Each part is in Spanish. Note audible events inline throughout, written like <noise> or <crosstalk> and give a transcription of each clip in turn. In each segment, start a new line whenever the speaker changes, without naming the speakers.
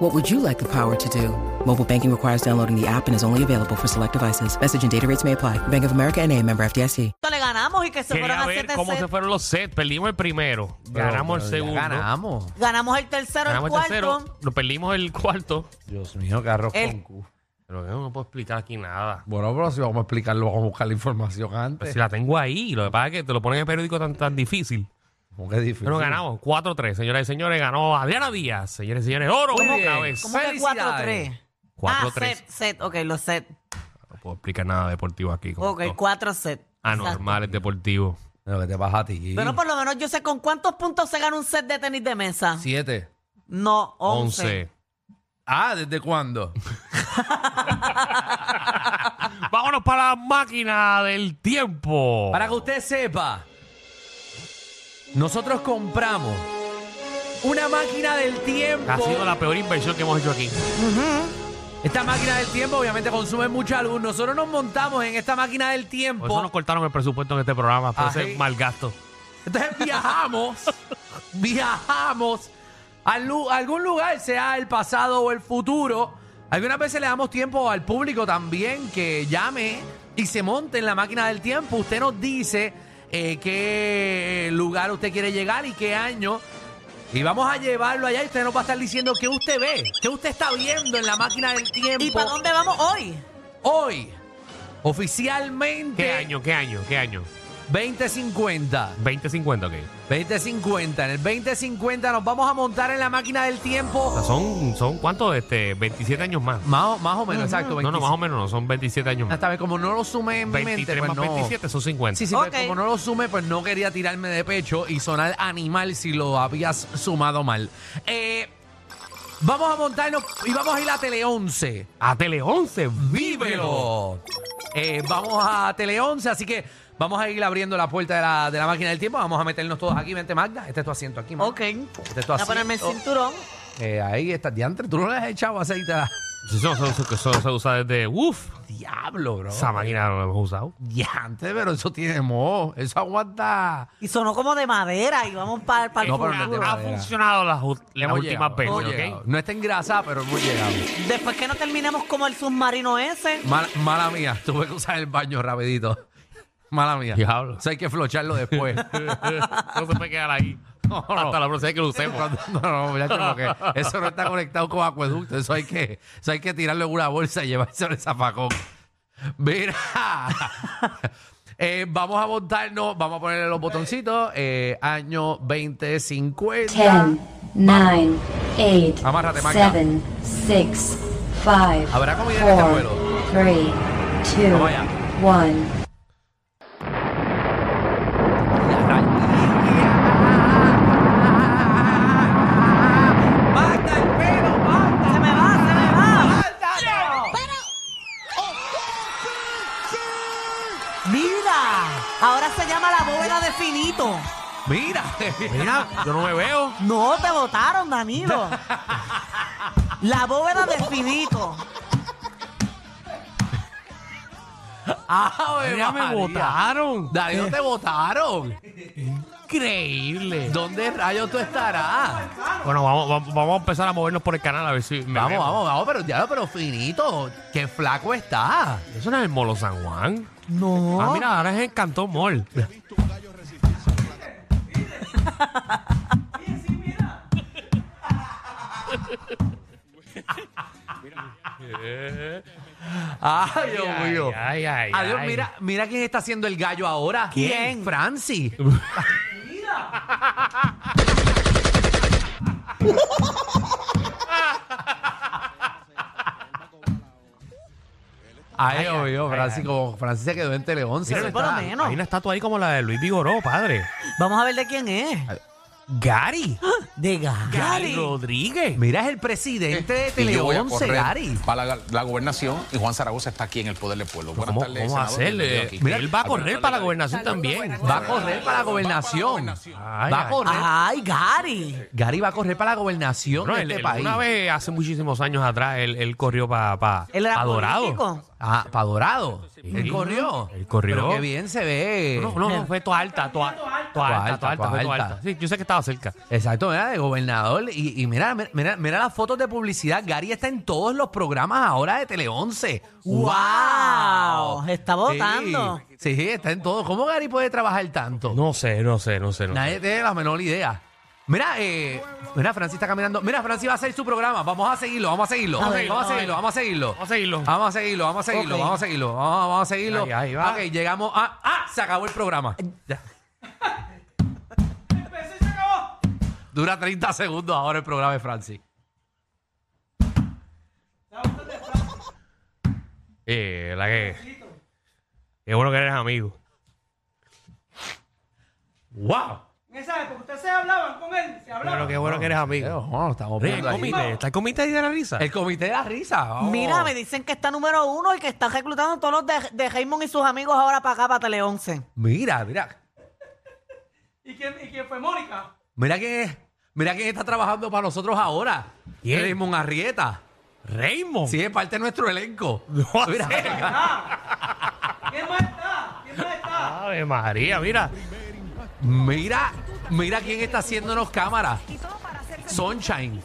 What would you like the power to do? Mobile banking requires downloading the app and is only available for select devices. Message and data rates may apply. Bank of America and a member FDIC.
le ganamos y que se fueron
Quería
a
ver
7
cómo se fueron los sets. Perdimos el primero, ganamos el segundo. Ganamos,
Ganamos.
Ganamos el tercero, el
el
cuarto.
tercero, nos perdimos el cuarto.
Dios mío, carros
El-
con Q.
Pero yo no puedo explicar aquí nada.
Bueno, pero si vamos a explicarlo, vamos a buscar la información
Pues
antes.
si la tengo ahí, lo que pasa es que te lo ponen en el periódico tan, tan difícil.
Como que es difícil.
Pero ganamos 4-3, señoras y señores. Ganó Adriana Díaz, señores y señores. Oro,
Muy
como
bien.
cabeza.
¿Cómo que 4
Felicidades.
3? Ah,
4-3.
set, set. Ok, los Ah, set.
No puedo explicar nada deportivo aquí. como
Ok,
esto.
4 set.
Ah, Anormales deportivos.
Lo que te pasa a ti.
Pero por lo menos yo sé con cuántos puntos se gana un set de tenis de mesa.
Siete.
No, 11.
11.
Ah, ¿desde cuándo?
Vámonos para la máquina del tiempo.
<laughs> Para que usted sepa, nosotros compramos una máquina del tiempo.
Ha sido la peor inversión que hemos hecho aquí.
Esta máquina del tiempo obviamente consume mucha luz. Nosotros nos montamos en esta máquina del tiempo.
Por eso nos cortaron el presupuesto en este programa, por
Ah,
ese
sí.
mal gasto.
Entonces viajamos, <laughs> viajamos a lu- a algún lugar, sea el pasado o el futuro. Algunas veces le damos tiempo al público también que llame y se monte en la máquina del tiempo. Usted nos dice eh, qué lugar usted quiere llegar y qué año. Y vamos a llevarlo allá y usted nos va a estar diciendo qué usted ve, qué usted está viendo en la máquina del tiempo.
¿Y para dónde vamos hoy?
Hoy, oficialmente,
¿Qué año? ¿Qué año? ¿Qué año?
2050.
2050, ok.
2050. En el 2050 nos vamos a montar en la máquina del
O sea,
tiempo.
son, son ¿cuántos? Este, 27 años más.
Más o, más o menos, exacto.
No, no,
25.
más o menos, no, son 27 años más.
Hasta ver, como no lo sumé en mi mente,
23
pues
más
no.
27 son 50.
Sí, sí,
Ok.
pero como no lo sumé, pues no quería tirarme de pecho y sonar animal si lo habías sumado mal. Eh, vamos a montarnos y vamos a ir a Tele 11.
A Tele 11, vívelo.
Vívelo. Eh, vamos a Tele 11, así que vamos a ir abriendo la puerta de la, de la máquina del tiempo. Vamos a meternos todos aquí. Vente, Magda. Este es tu asiento aquí, Magda.
Ok.
Este es tu
Voy a ponerme el
asiento.
cinturón.
Eh, ahí está, diantre, tú no le has echado aceite a <laughs> la...
Sí, son, son, son- son- se usa desde. Uf,
Diablo, bro.
esa máquina no la hemos usado.
Diantre, pero eso tiene moho. Eso aguanta...
Y sonó como de madera y vamos para el
No, pero no es de
futuro.
Ha
madera.
funcionado las, ul- las
Hemos
últimas
llegado,
veces,
hemos
¿ok?
llegado. No está engrasada, pero hemos llegado.
Después que no terminemos como el submarino ese.
Mala, mala mía, <laughs> tuve que usar el baño rapidito. <laughs> Mala mía.
Diablo.
Eso hay que flocharlo
<laughs>
después.
<laughs> no se puede quedar ahí.
no.
Hasta la próxima vez que lo usemos.
Cuando- <laughs> no, no, muchacho, porque eso no está conectado con acueducto. Eso hay que, eso hay que tirarlo en una bolsa y llevárselo en zapacón. Mira. <laughs> Eh, vamos a montarnos, vamos a ponerle los botoncitos. eh, año 2050.
10, 9, 8,
Amárrate, Magda.
7, 6, 5,
Habrá comida en este
4,
vuelo.
3, 2,
Vamos allá.
1.
¡Mata el pelo! ¡Mata!
¡Se me va, se me va! ¡Mira! Ahora se llama la bóveda de finito.
Mira,
Mira, yo no me veo.
No, te votaron, Danilo. La bóveda de finito.
<laughs> ¡Ave
Mira, me
María!
votaron.
Dani, no te votaron.
Increíble.
¿Dónde rayos tú estarás?
Bueno, vamos, vamos, vamos a empezar a movernos por el canal a ver si. me
Vamos,
veo.
vamos, vamos, pero ya, pero finito. Qué flaco está.
Eso no es el Molo San Juan.
No.
Ah, mira, ahora es en Cantón Mall.
Ay, Dios mío.
Ay, ay,
Adiós,
ay.
mira, mira quién está haciendo el gallo ahora.
¿Quién?
Franci. Ay, Dios mío, Franci, como Franci se quedó en Tele 11.
Mira,
Sí,
una
por lo
estatua-
menos.
Hay una estatua ahí como la de Luis Vigoró, padre.
Vamos a ver de quién es.
Gary.
De
Gary
Gary.
Rodríguez.
Mira, es el presidente de
Y yo voy a
11,
correr
Gary.
Para la, la gobernación y Juan Zaragoza está aquí en el poder del pueblo. Buenas
¿Cómo,
tardes,
cómo va a
senador,
ser?
bienvenido
Eh,
aquí.
mira, él va a <laughs> correr
Buenas
para la
tardes.
gobernación también.
Va a correr para la gobernación.
Ay,
Va a
ay.
correr.
Ay, Gary.
Gary va a correr para la gobernación
Bueno,
de
él-
este
él
país.
Una vez, hace muchísimos años atrás, él, él corrió para pa,
Él era
pa Dorado.
político.
Ah, para Dorado. Él corrió.
Él corrió.
Pero qué bien se ve.
No, no, no, fue toda alta, toda, toda alta,
Toa alta,
toda alta,
toa
fue toda
alta.
alta. Sí, yo sé que estaba cerca.
Exacto, mira, de gobernador. Y, y mira, mira, mira las fotos de publicidad. Gary está en todos los programas ahora de Tele 11.
Wow, está votando.
Sí, sí, está en todo. ¿Cómo Gary puede trabajar tanto?
No sé, no sé, no sé. No sé.
Nadie tiene la menor idea. Mira, eh, mira, Francis está caminando. Mira, Francis va a hacer su programa. Vamos a seguirlo, vamos a seguirlo.
A
Vamos a
ver,
seguirlo, vamos a
a ver.
seguirlo, vamos a seguirlo.
Vamos a seguirlo. Ah,
Vamos a seguirlo, vamos a seguirlo,
Ok.
vamos a seguirlo. Vamos, vamos a seguirlo.
Ahí, ahí va. Eh.
Ok, llegamos a. ¡Ah! Se acabó el programa. Ya. Dura 30 segundos ahora el programa de Francis.
Eh, la que. Qué bueno que eres amigo. ¡Wow! ¿Qué sabe? Porque ustedes se hablaban con él. Se hablaban. Pero qué bueno que eres amigo.
No, estamos
Oye, el
viendo ahí.
comité, está el comité ahí de la risa.
El comité de la risa. vamos.
Mira, me dicen que está número uno y que está reclutando a todos los de, de Raymond y sus amigos ahora para acá, para Tele 11.
Mira, mira. ¿Y quién, fue Mónica? Mira quién es. Mira quién está trabajando para nosotros ahora.
¿Quién?
Raymond Arrieta.
Raymond. <laughs>
Sí, es parte de nuestro elenco. Mira,
Ave María, mira.
mira, mira quién está haciéndonos cámaras. Sunshine.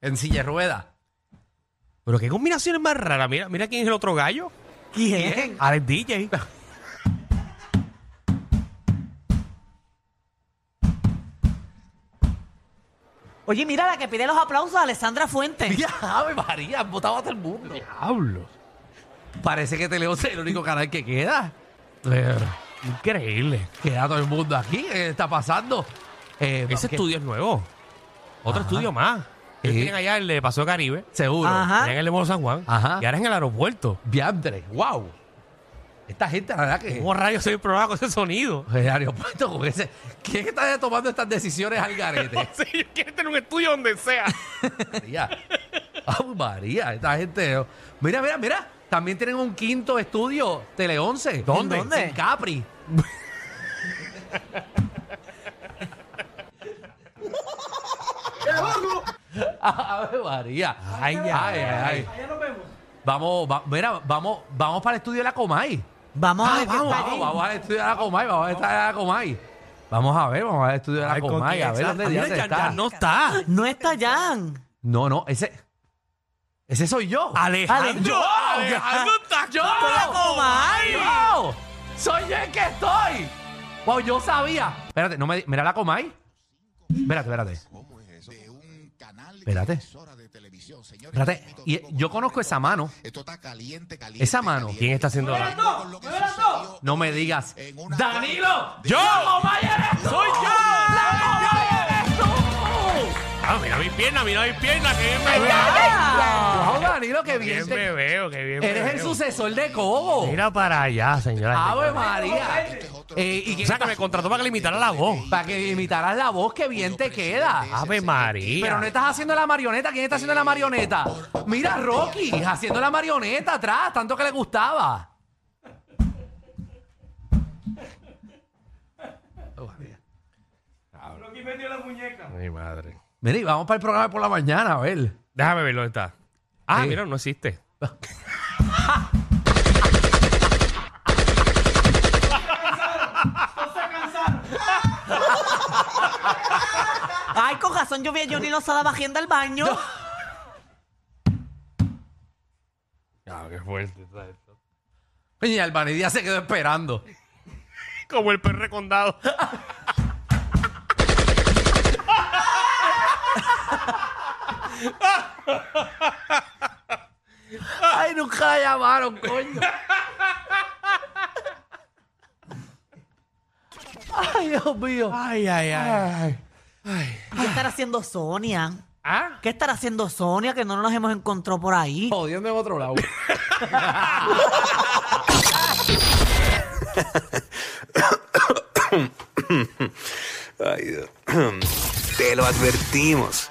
En silla de ruedas. <laughs>
Pero qué combinaciones más raras. Mira, mira quién es el otro gallo.
¿Quién?
Alex DJ.
<laughs>
Oye, mira la que pide los aplausos, Alessandra Fuentes.
Mira, Ave María, han votado a todo el mundo.
Diablo.
Parece que Teleón es el único canal que queda.
Eh, Increíble.
Queda todo el mundo aquí. ¿Qué está pasando? Eh,
Ese
que-
estudio es nuevo. Otro estudio más. Ellos
Sí.
tienen allá el de Paseo Caribe.
Seguro.
Ajá.
Tienen el de Moro San Juan.
Ajá.
Y ahora en el aeropuerto.
Diantre, wow. Esta gente, la verdad que.
¿Cómo rayos soy el programa con ese sonido?
El aeropuerto con ese. ¿Quién está tomando estas decisiones al garete?
<laughs> Sí, yo quiero tener un estudio donde sea.
María. <laughs> Ay, María, esta gente. oh. Mira, mira, mira. También tienen un quinto estudio, Tele 11.
¿Dónde?
¿En En Capri. Ave María. Ay, ay, ay. Vamos, va- mira, vamos, vamos para el estudio de la Comay.
Vamos a
Ah,
ver qué
vamos,
está
vamos,
allí.
vamos al estudio de la Comay, vamos a estar a la Comay. Vamos a ver, vamos al estudio de la
Ay, con
Comay,
quién
a ver
está.
dónde
Mira,
diantre
ya- ya
está.
no está.
No está Jan.
No, no, ese. Ese soy yo.
Alejandro.
¡Yo!
Alejandro está
¡Yo!
la Comay!
¡Yo! ¡Soy yo el que estoy! Wow, yo sabía. Espérate, no me. di- Mira la Comay. Espérate, espérate. Espérate. Espérate. Y yo conozco esa mano.
Esto está caliente, caliente.
Esa mano.
¿Quién está haciendo la.?
No me digas. ¡Danilo!
¡Yo!
¡La Comay eres tú!
¡Soy yo!
¡La Comay eres tú!
Ah, mira mi pierna, mira mi pierna, que bien me veo.
¡Ah!
Wow, Danilo, qué
Qué
bien.
bien
te-
me veo, que bien me
Eres el
veo.
sucesor de Cobo.
Mira para allá, señora.
Ave María. Eh, y que-
O sea, que me contrató para que le imitara la voz.
para que imitaras la voz, que bien te queda.
Ave María.
Pero no estás haciendo la marioneta. ¿Quién está haciendo la marioneta? Mira, Rocky, haciendo la marioneta atrás, tanto que le gustaba. Oh, María.
Mi madre.
Mira, y vamos para el programa por la mañana, a ver.
Déjame verlo, está. Ah,
Sí.
mira, no existe.
Ay, con razón yo vi a Johnny Lozada bajando al baño.
Ah, qué fuerte está esto.
Y Albanidía se quedó esperando.
Como el perro recondado.
Ay, nunca la llamaron, coño. Ay, Dios mío.
Ay, ay, ay.
¿Qué estará haciendo Sonia?
¿Ah?
¿Qué estará haciendo Sonia que no nos hemos encontrado por ahí?
Jodiendo en otro lado.
<clears throat> lo advertimos.